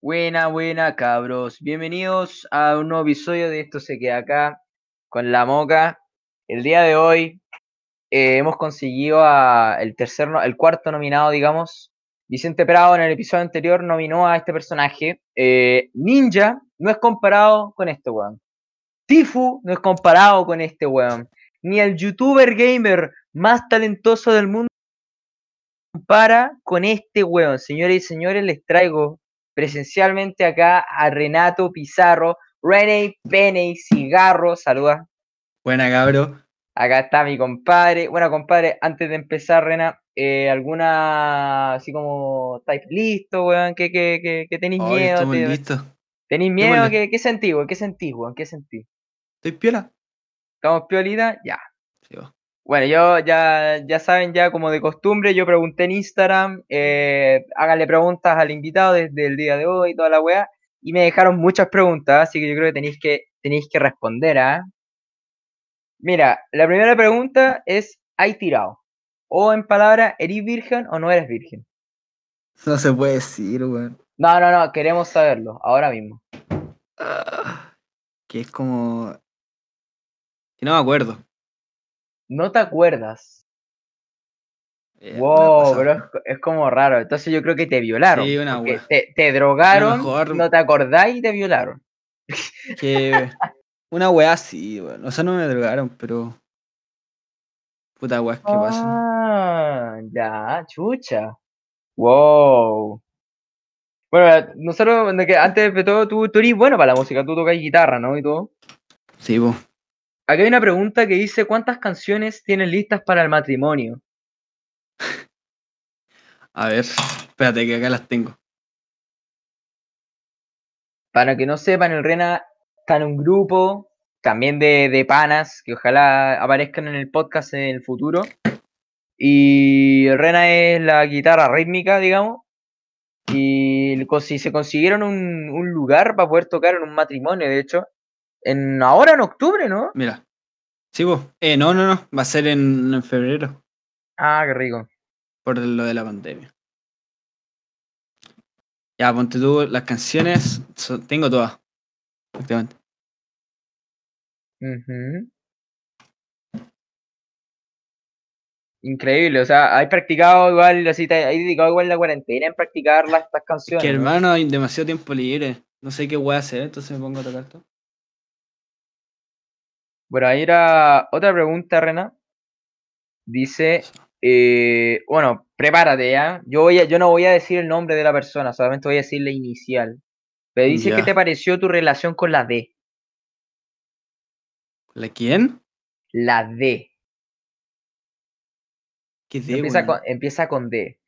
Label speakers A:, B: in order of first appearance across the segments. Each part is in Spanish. A: Buena, buena, cabros. Bienvenidos a un nuevo episodio de Esto se queda acá con la moca. El día de hoy eh, hemos conseguido a el tercer, no- el cuarto nominado, digamos. Vicente Prado en el episodio anterior nominó a este personaje. Eh, Ninja no es comparado con este weón. Tifu no es comparado con este weón. Ni el youtuber gamer más talentoso del mundo compara con este weón. Señores y señores, les traigo presencialmente acá a Renato Pizarro, René Pene Cigarro, saluda.
B: Buena, cabro.
A: Acá está mi compadre. Bueno, compadre, antes de empezar, Rena, eh, ¿alguna así como estáis listo, weón? ¿Qué, qué, qué, qué tenéis
B: Hoy
A: miedo?
B: estamos
A: ¿Te-
B: listos.
A: ¿Tenéis miedo?
B: Démosle.
A: ¿Qué, qué sentís, weón? ¿Qué sentís, weón? ¿Qué sentís?
B: ¿Estoy piola?
A: ¿Estamos piolita? Ya.
B: Sí, va.
A: Bueno, yo ya, ya saben, ya como de costumbre, yo pregunté en Instagram, eh, háganle preguntas al invitado desde el día de hoy y toda la weá, y me dejaron muchas preguntas, así que yo creo que tenéis que, tenéis que responder, ¿ah? Mira, la primera pregunta es, ¿hay tirado? O en palabra, ¿eres virgen o no eres virgen?
B: No se puede decir, weón.
A: No, no, no, queremos saberlo, ahora mismo.
B: Ah, Que es como. Que no me acuerdo.
A: No te acuerdas.
B: Eh, una
A: Wow,
B: cosa,
A: pero es, co- es como raro. Entonces yo creo que te violaron.
B: Sí, una
A: porque
B: wea.
A: te, te drogaron,
B: mejor-
A: no te acordáis y te violaron.
B: Que... Una weá así, weón. O sea, no me drogaron, pero. Puta weá, ¿qué pasa?
A: Ah, ya, chucha. Wow. Bueno, eh, nosotros, bueno, que antes de todo, tú, tú eres bueno para la música, tú tocas guitarra, ¿no? Y todo.
B: Sí, po.
A: Aquí hay una pregunta que dice, ¿cuántas canciones tienes listas para el matrimonio?
B: A ver, espérate que acá las tengo.
A: Para que no sepan, el Rena está en un grupo también de, de panas que ojalá aparezcan en el podcast en el futuro. Y el Rena es la guitarra rítmica, digamos. Y el co- si se consiguieron un, un lugar para poder tocar en un matrimonio, de hecho. En, ahora en octubre, ¿no?
B: Mira. Sí, po. Eh, no, no, no. Va a ser en, en febrero,
A: Ah, qué rico.
B: por lo de la pandemia. Ya, ponte tú las canciones. son- Tengo todas. Prácticamente.
A: Ujú. Increíble, o sea, ¿hay practicado igual, así, te- hay dedicado igual la cuarentena en practicar las, estas canciones?
B: Que
A: no?
B: hermano, hay demasiado tiempo libre. No sé qué voy a hacer, entonces me pongo a tocar esto.
A: Bueno, ahí era otra pregunta, Rena. Dice, eh, bueno, prepárate ya. Yo, voy a- yo no voy a decir el nombre de la persona, solamente voy a decir la inicial. Pero dice, ¿qué
B: Ya.
A: te pareció tu relación con la D?
B: ¿La quién?
A: La D.
B: ¿Qué de,
A: empieza,
B: weón?
A: con, empieza con D.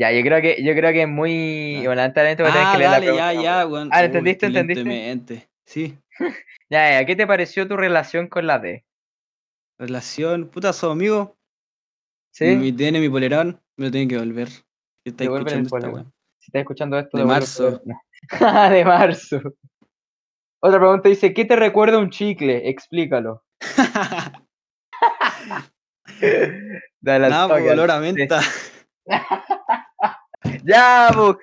A: Ya, yo creo que, yo creo que es muy...
B: Ya.
A: Bueno, lamentablemente voy a tener
B: Ah,
A: que leer la
B: dale, ya,
A: pregunta
B: ya, weón.
A: Ah, ¿lo
B: Uy,
A: entendiste,
B: qué
A: entendiste?
B: lentemente. Sí.
A: completa. pues. Ya, ya, ¿qué te pareció tu relación con la D?
B: Relación, puta, sos amigo.
A: ¿Sí?
B: Mi tiene mi polerón, me lo tienen que volver. ¿Qué está
A: Devuelven el
B: escuchando esta
A: polerón.
B: weón?
A: Si estás escuchando esto,
B: De
A: devuelve el
B: marzo.
A: polerón. de marzo. Otra pregunta dice, ¿qué te recuerda un chicle? Explícalo. Dale al
B: Nada,
A: toque,
B: por
A: al
B: olor a
A: toque.
B: menta.
A: Ya, po.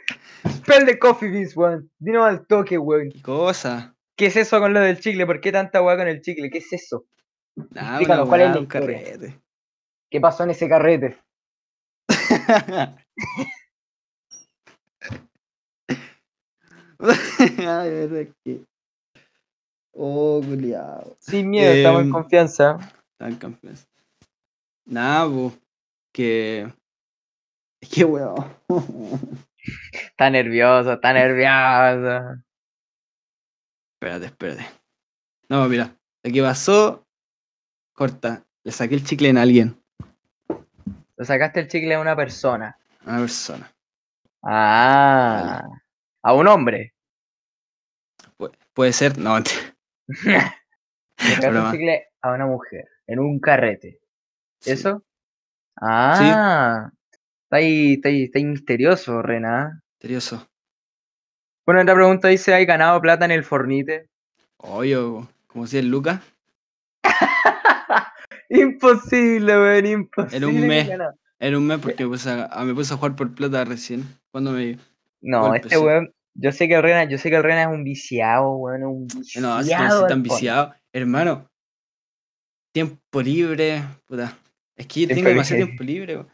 A: Spell the coffee this one. Dino al toque, weón.
B: ¿Qué cosa?
A: ¿Qué es eso con lo del chicle? ¿Por qué tanta weá con el chicle? ¿Qué es eso?
B: Nada,
A: Explícanos, ¿cuál es la
B: un
A: historia?
B: carrete.
A: ¿Qué pasó en ese carrete?
B: Ay, verdad que. Oh, culiao.
A: Sin miedo, estamos en
B: Em,
A: confianza.
B: Tan campeones. Nah, bu, que. Es que weón.
A: Está nervioso, está nervioso.
B: espérate, espérate. No, mira. Lo que pasó. Corta. Le saqué el chicle en alguien.
A: Lo sacaste el chicle a una persona.
B: A una persona.
A: Ah. A un hombre.
B: Pu- puede ser. No, mentira.
A: Le sacaste el
B: broma.
A: chicle a una mujer. En un carrete.
B: Sí.
A: ¿Eso? Ah. Está ahí, está ahí, está ahí misterioso, Rena.
B: Misterioso.
A: Bueno, otra pregunta dice, ¿hay ganado plata en el Fornite?
B: Obvio, bu, como si el Lucas.
A: Imposible, weón, imposible. que
B: mes.
A: ganado.
B: Era un mes porque me puse a, a- me puse a jugar por plata recién. Cuando me.
A: No,
B: Golpes,
A: este
B: sí.
A: weón. Yo sé que el Rena, yo sé que el Rena es un viciado, weón. es Un viciado
B: No, si no soy tan
A: al fondo.
B: viciado. Hermano, tiempo libre. Puta. Es que yo
A: Tiempo eh.
B: tengo demasiado
A: libre.
B: tiempo libre, weón.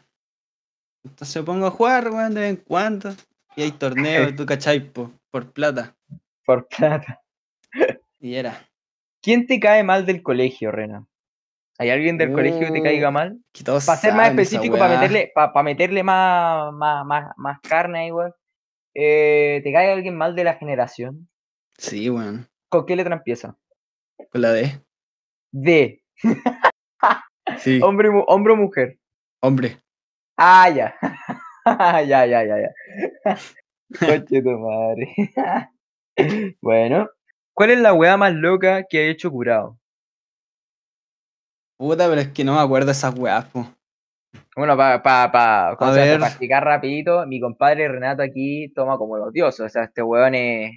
B: Entonces me pongo a jugar, weón, de vez en cuando. Y hay torneos, tú cachai, po, por plata.
A: Por plata.
B: Y era.
A: ¿Quién te cae mal del colegio, Rena? ¿Hay alguien del colegio que te caiga
B: Uh,
A: mal?
B: Que todos
A: Para ser más
B: saben esa
A: específico, para
B: weá.
A: meterle, para, meterle más, más, más, más carne ahí, weón. eh, ¿Te cae alguien mal de la generación?
B: Sí, weón.
A: ¿Con qué letra empieza?
B: Con la D.
A: D.
B: Sí,
A: Hombre, y mu- hombre o mujer.
B: hombre.
A: Ah, ya. ya, ya, ya, ya. Coche tu madre. bueno. ¿Cuál es la weá más loca que ha hecho curado?
B: Puta, pero es que no me acuerdo de esas weas, po.
A: Bueno, para pa, pa, ¿cómo se llama?
B: ver.
A: Pa explicar rapidito, mi compadre Renato aquí toma como los dioses. O sea, este weón es,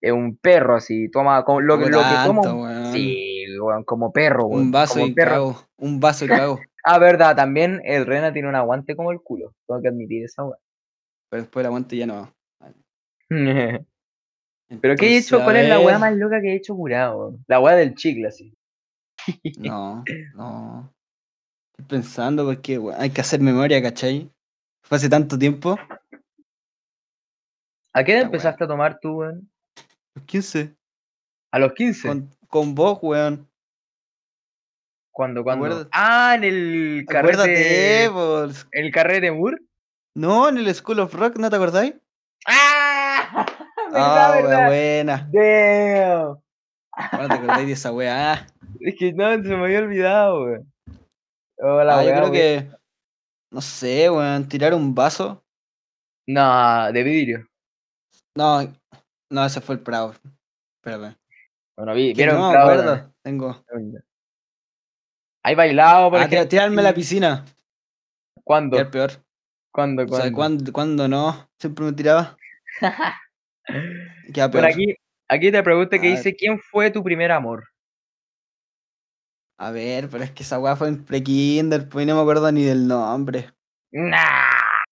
A: es un perro, así. Toma como, lo, que-
B: Tampoco
A: lo que toma.
B: tanto,
A: un-
B: weón.
A: Sí, weón, como perro, weón.
B: Un vaso
A: como
B: y
A: perro.
B: cago. Un vaso y cago.
A: Ah, verdad, también el Rena tiene un aguante como el culo. Tengo que admitir esa weón.
B: Pero después la aguante ya no.
A: Pero ¿qué he
B: Entonces,
A: hecho?
B: Pues, a
A: ¿Cuál es la weá
B: ver.
A: más loca que he hecho curado? weón? La weá del chicle, así.
B: No, no. Estoy pensando porque weón, hay que hacer memoria, ¿cachai? Fue hace tanto tiempo.
A: ¿A qué edad
B: La weá.
A: empezaste a tomar tú, weón?
B: Los 15.
A: A los 15.
B: Con, con vos, weón.
A: ¿Cuándo, cuándo?
B: Acuérdate.
A: Ah, en el
B: Acuérdate,
A: carrete.
B: vos.
A: ¿El carrete Moore?
B: No, en el School of Rock, ¿no te acordáis?
A: ¡Ah!
B: Ah,
A: ¿Verdad, verdad?
B: wea buena.
A: Damn.
B: Ahora te acordáis de esa wea. Ah,
A: Es que no, se me había olvidado, weón. Hola,
B: Ah, yo
A: weá,
B: creo
A: weón.
B: que. No sé, weón. Tirar un vaso.
A: No, de vidrio.
B: No, no, ese fue el Proud. Espérame.
A: Bueno, vi,
B: Que
A: vieron.
B: no me
A: Prado,
B: acuerdo.
A: weón.
B: Tengo.
A: ¿Hay bailado, por
B: Ah, tira-
A: ejemplo?
B: tirarme a la piscina.
A: ¿Cuándo?
B: Era el peor.
A: ¿Cuándo?
B: O sea,
A: ¿Cuándo?
B: ¿cuándo, cuándo no? Siempre me tiraba. Queda peor.
A: Bueno, aquí, aquí te pregunta que
B: A ver.
A: dice, ¿quién fue tu primer amor?
B: A ver, pero es que esa weá fue en pre-kinder, pues y no me acuerdo ni del nombre.
A: Nah,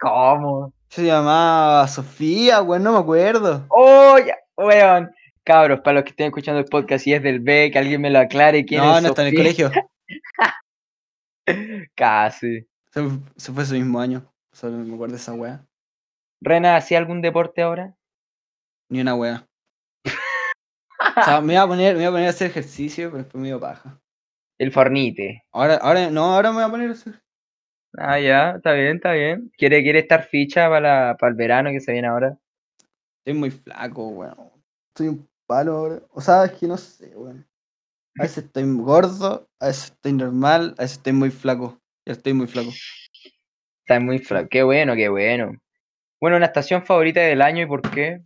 A: ¿cómo?
B: Se llamaba Sofía, weón, no me acuerdo.
A: ¡Oh, ya! Weón. Cabros, para los que estén escuchando el podcast y es del B, que alguien me lo aclare quién
B: No,
A: es
B: no está en el
A: Sofía?
B: colegio.
A: Casi.
B: Se, se fue ese mismo año. Solo me acuerdo de esa weá.
A: ¿Rena hacía algún deporte ahora?
B: Ni una weá. O sea, me iba a poner, me iba a poner a hacer ejercicio, pero después me iba paja.
A: El fornite.
B: Ahora, ahora, no, ahora me voy a poner a hacer.
A: Ah, ya, está bien, está bien. ¿Quiere, quiere estar ficha para, la- para el verano que se viene ahora?
B: Estoy muy flaco, weón. Estoy un palo ahora. O sea, es que no sé, weón. A veces estoy gordo, a veces estoy normal, a veces estoy muy flaco. Ya estoy muy flaco.
A: Está muy flaco. Qué bueno, qué bueno. Bueno, una estación favorita del año y por qué?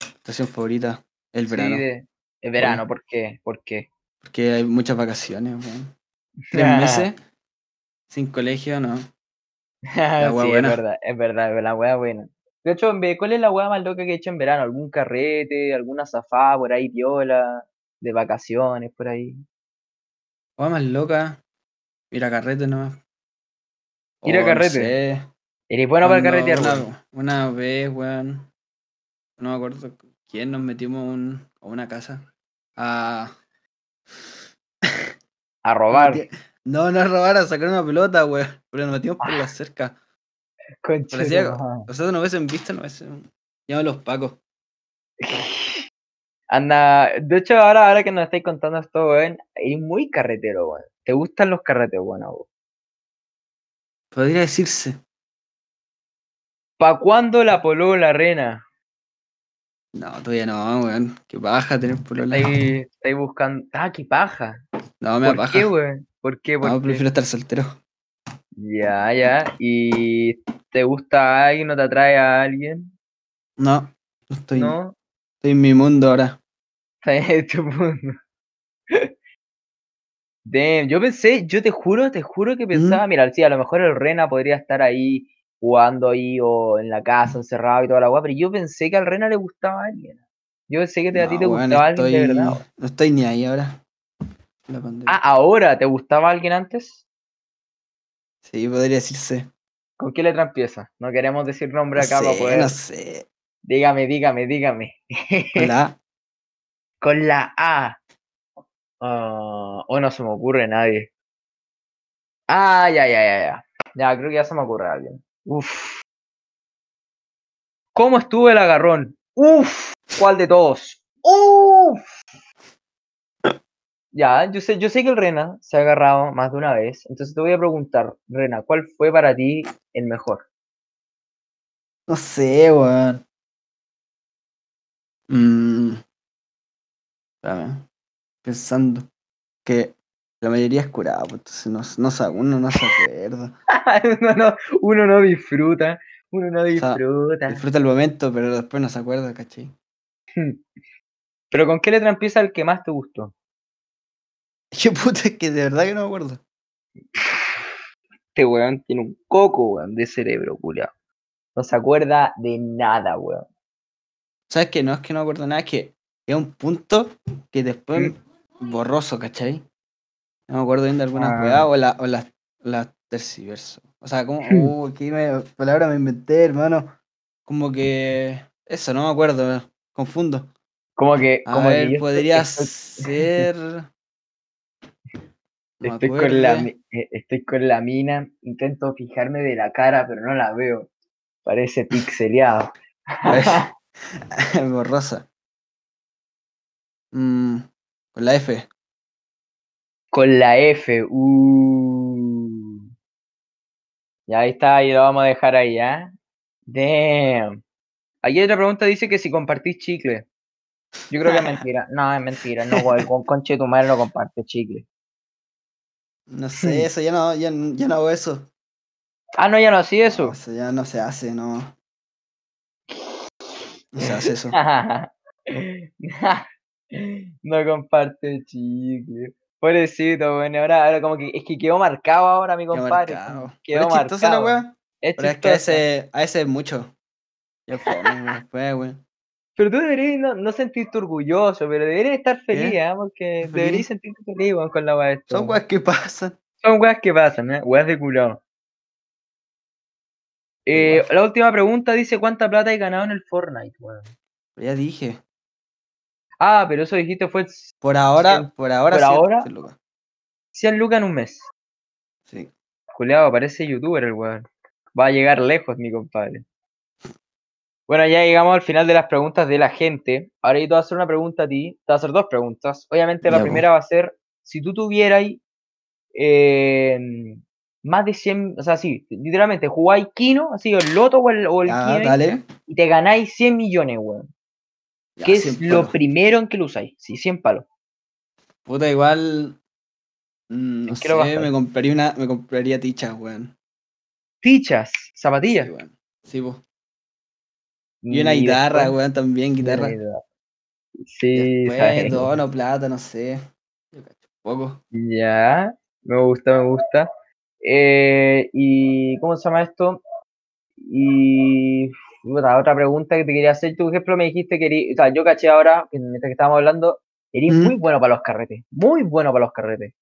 B: Estación favorita, el
A: Sí,
B: verano.
A: de- el verano, ¿por qué? ¿Por qué?
B: Porque hay muchas vacaciones, weón. Tres
A: Ah.
B: meses sin colegio, no.
A: Ah,
B: wea
A: sí,
B: buena.
A: es verdad, es verdad, es la hueá buena. De hecho, en ve- ¿cuál es la hueá más loca que he hecho en verano? ¿Algún carrete, alguna zafá por ahí, piola, de vacaciones por ahí?
B: Weá más loca. Ir a carrete nomás.
A: Ir a
B: O, no
A: carrete.
B: sé,
A: ¿Eres bueno para
B: cuando
A: carretear?
B: una,
A: weón?
B: una vez, weón. No me acuerdo quién nos metimos a, un- a una casa. A.
A: A
B: Nos
A: robar.
B: meti- No, no a robar, a sacar una pelota, weón. Pero nos metimos
A: Ah.
B: por la cerca.
A: Conchetumare.
B: O sea, no hubiesen visto, no hubiesen. Llaman los pacos.
A: Anda, de hecho, ahora, ahora que nos estáis contando esto, weón, es muy carretero, weón. ¿Te gustan los carretes, weón? a vos?
B: Podría decirse.
A: ¿Pa' cuándo la polola, Rena?
B: No, todavía no, weón. Que baja tener por
A: Estáis estáis buscando. Ah, qué paja.
B: No, me
A: ¿Por
B: apaja.
A: qué, weón? ¿Por qué? ¿Por
B: No,
A: qué?
B: prefiero estar soltero.
A: Ya, ya. ¿Y te gusta alguien o te atrae a alguien?
B: No, no estoy,
A: ¿No?
B: estoy en mi mundo ahora.
A: Está en tu mundo. Damn, yo pensé, yo te juro, te juro
B: ¿Mm?
A: que pensaba, mira, sí, a lo mejor el Rena podría estar ahí jugando ahí o en la casa
B: Mm.
A: encerrado y toda la guapa, pero yo pensé que al Rena le gustaba a alguien. Yo pensé que te- a ti
B: No,
A: te
B: weón,
A: gustaba alguien de
B: estoy-
A: verdad. Ah, weón.
B: No estoy ni ahí ahora. La pandemia.
A: Ah, ahora, ¿te gustaba alguien antes?
B: Sí, podría decirse.
A: ¿Con qué letra empieza? No queremos decir nombre
B: No
A: acá para
B: sé,
A: poder.
B: no sé.
A: Dígame, dígame, dígame.
B: Con la A.
A: Con la A. Ah, hoy no se me ocurre nadie. Ah, ya, ya, ya, ya. Ya, creo que ya se me ocurre alguien. Uf. ¿Cómo estuvo el agarrón? Uf. ¿Cuál de todos? Uf. Ya, yo sé, yo sé que el Rena se ha agarrado más de una vez. Entonces te voy a preguntar, Rena, ¿cuál fue para ti el mejor?
B: No sé, weón. Mm. Espérame. Pensando que la mayoría es curada, pues, entonces no, s- no, sa- uno no se acuerda.
A: uno, no, uno no disfruta. Uno no
B: sea,
A: disfruta.
B: Disfruta el momento, pero después no se acuerda, ¿cachai?
A: Pero ¿con qué letra empieza el que más te gustó?
B: Qué puta, es que de verdad que no me acuerdo.
A: Este weón tiene un coco, weón, de cerebro, culiao. No se acuerda de nada, weón.
B: ¿Sabes qué? No es que no me acuerdo nada, es que es un punto que después borroso, ¿cachai? No me acuerdo bien de algunas
A: ¿Mm? Ah.
B: weas o las o las las terciverso. O sea, como, uh, qué me- palabra me inventé, hermano. Como que eso, no me acuerdo, confundo.
A: Como que,
B: A
A: como que yo
B: ver,
A: estoy-
B: podría
A: estoy,
B: ser. No me
A: estoy con la,
B: acuerdo.
A: mi- eh, estoy con la mina, intento fijarme de la cara, pero no la veo. Parece pixeleado.
B: Borrosa. Mm, con la F.
A: Con la F, uh. Ya ahí está, y lo vamos a dejar ahí, ¿ah? Damn. Aquí otra pregunta dice que si compartís chicle. Yo creo que es mentira. No, es mentira. No, güey, con conche tu madre no comparte chicle.
B: No sé, eso ya no, ya, n- ya no hago eso.
A: Ah, no, ya no hacía eso.
B: No, eso ya no se hace, no. No se hace eso.
A: no comparte chicle. Pobrecito, bueno, ahora, ahora como que es que quedó marcado ahora mi
B: Qué
A: compadre.
B: marcado.
A: Quedó
B: Pero es chistosa la
A: marcado.
B: wea,
A: Es
B: Pero es que a
A: chistoso.
B: ese, a ese es mucho. Ya fue, wea, fue, wea.
A: Pero tú deberías no, no sentirte orgulloso, pero deberías estar feliz, ¿ah? porque
B: Estoy
A: deberías
B: feliz.
A: sentirte feliz weón, con la weá de esto.
B: Son weas que pasan.
A: Son weas que pasan, ¿eh? weas de culado. Eh,
B: Igual.
A: la última pregunta dice: ¿Cuánta plata he ganado en el Fortnite? weón?
B: Pero ya dije.
A: Ah, pero eso dijiste fue
B: Por ahora, por ahora
A: por
B: sí,
A: ahora-
B: sí, Lucas.
A: 100 lucas en un mes.
B: Sí.
A: Juliado, parece youtuber el weón. Va a llegar lejos, mi compadre. Bueno, ya llegamos al final de las preguntas de la gente. Ahora yo te voy a hacer una pregunta a ti. Te voy a hacer dos preguntas. Obviamente la
B: Ya, po.
A: primera va a ser, si tú tuvieras eh, más de 100, o sea, sí, literalmente jugáis Kino, así, el Loto o el, o el
B: Ya,
A: Kino,
B: dale.
A: y te ganáis 100 millones, weón.
B: Ya,
A: ¿Qué es
B: cien
A: lo
B: palos.
A: primero en que lo usáis? Sí, 100 palos.
B: Puta, igual. mm, No
A: qué lo
B: sé,
A: gastas?
B: me compraría una. Me compraría tichas, weón.
A: Fichas,
B: Sí,
A: zapatillas.
B: weón. Sí, po. Y una guitarra, weón, también, guitarra.
A: Sí,
B: Después,
A: sabes.
B: dono, plata, no sé. Yo cacho Poco.
A: Ya, me gusta, me gusta. Eh, ¿y cómo se llama esto? Y puta, otra pregunta que te quería hacer. Tú, por ejemplo, me dijiste que eri- o sea, yo caché ahora, que mientras que estábamos hablando, eres
B: Mm.
A: muy bueno para los carretes, muy bueno para los carretes.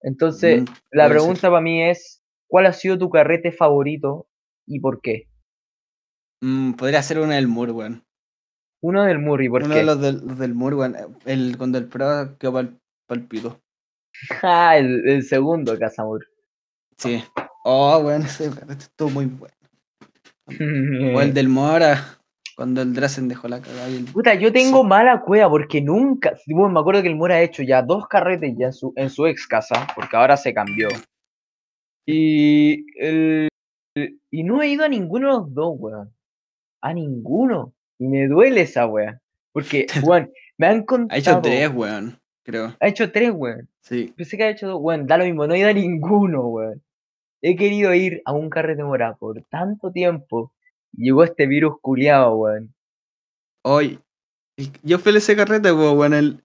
A: Entonces,
B: Mm,
A: la
B: puede ser.
A: pregunta para mí es, ¿cuál ha sido tu carrete favorito y por qué?
B: Mm, podría ser una del Mur, weón.
A: Uno del Murray, ¿por
B: Uno
A: qué?
B: de los del, los del Mur, weón. eh, El, cuando el pro quedó pal, palpito.
A: Ah, el, el segundo, Casamur.
B: Sí. Oh, weón, ese carrete estuvo muy bueno. O el del Mora, cuando el Drazen dejó la cagada. y el-
A: Puta, yo tengo mala cueva porque nunca. sí, bueno, me acuerdo que el Mora ha hecho ya dos carretes ya en su, en su ex casa, porque ahora se cambió. Y. el- y no he ido a ninguno de los dos, weón. A ninguno. Y me duele esa weón. Porque, weón, me han contado.
B: Ha hecho tres, weón, creo.
A: Ha hecho tres, weón.
B: Sí.
A: Pensé que ha hecho dos. Weón, da lo mismo, no he ido a ninguno, weón. He querido ir a un carrete Mora por tanto tiempo. Llegó este virus culiado, weón.
B: Hoy. el- Yo fui a ese carrete, po, weón, el,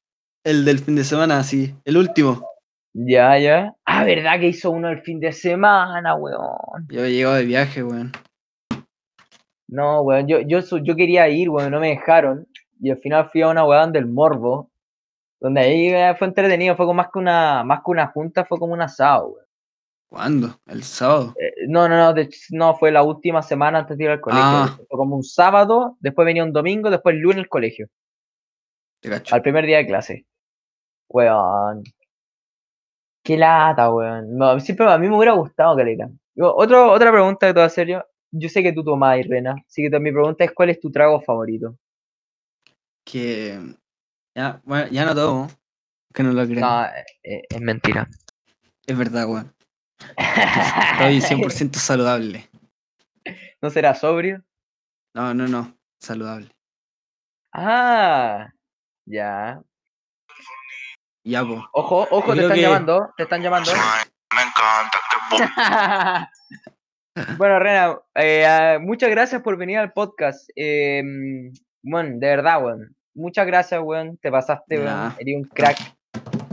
B: el del fin de semana, así. El último.
A: Ya, ya. Ah, verdad que hizo uno el fin de semana, weón.
B: Yo había llegado de viaje, weón.
A: No, weón, yo, yo, su- yo quería ir, weón, no me dejaron. Y al final fui a una weón del Morbo. Donde ahí eh, fue entretenido, fue como más que una, más que una junta, fue como un asado, weón.
B: ¿Cuándo? ¿El sábado?
A: Eh, No, no, no, de hecho, no, fue la última semana antes de ir al colegio.
B: Ah.
A: Fue como un sábado, después venía un domingo, después el lunes al colegio,
B: Te cacho.
A: al primer día de clase. Weón. Qué lata, weón. No, siempre a mí me hubiera gustado, Caleta. Yo, otro, otra pregunta que te voy a hacer yo. Yo sé que tú tomás, Irena, así que mi pregunta es: ¿cuál es tu trago favorito?
B: Que. Ya, bueno, ya no tomo. Que no lo creo.
A: No, eh, eh, es mentira.
B: Es verdad, weón. Estoy 100% saludable.
A: ¿No será sobrio?
B: No, no, no. Saludable.
A: Ah, ya.
B: Ya, po.
A: Ojo, ojo, te
B: Creo
A: están
B: que-
A: llamando, te están llamando.
C: Me este encanta este bu-
A: bueno, Rena, eh, ah, muchas gracias por venir al podcast. Eh, bueno, de verdad, weón. Muchas gracias, weón. Te pasaste, weón.
B: Nah.
A: Eres un crack.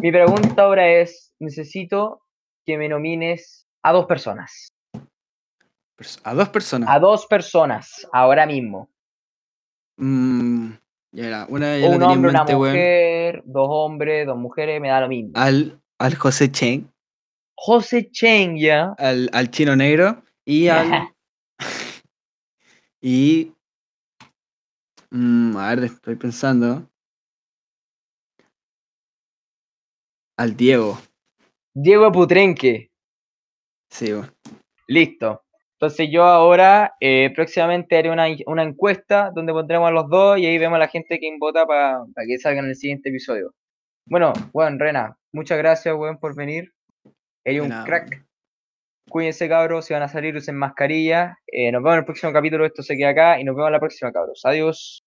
A: Mi pregunta ahora es, necesito que me nomines a dos personas.
B: Pers- A dos personas.
A: A dos personas, ahora mismo.
B: Mm, ya era. Una ya la
A: Un
B: tenía en
A: hombre, una
B: mente, weón. Ah.
A: mujer, dos hombres, dos mujeres, me da lo mismo.
B: Al, al José Chen.
A: José Chen, ya.
B: Al, al chino negro. Y al. y. Mm, a ver, estoy pensando. Al Diego.
A: Diego Putrenque.
B: Sí, weón.
A: Listo. Entonces yo ahora eh, próximamente haré una, en- una encuesta donde pondremos a los dos y ahí vemos a la gente que vota para que salga en el siguiente episodio. Bueno, bueno, Rena, muchas gracias, weón, por venir. Eres
B: De
A: un
B: nada,
A: crack. Cuídense, cabros, si van a salir, usen mascarilla. Eh, nos vemos en el próximo capítulo, esto se queda acá y nos vemos en la próxima, cabros. Adiós.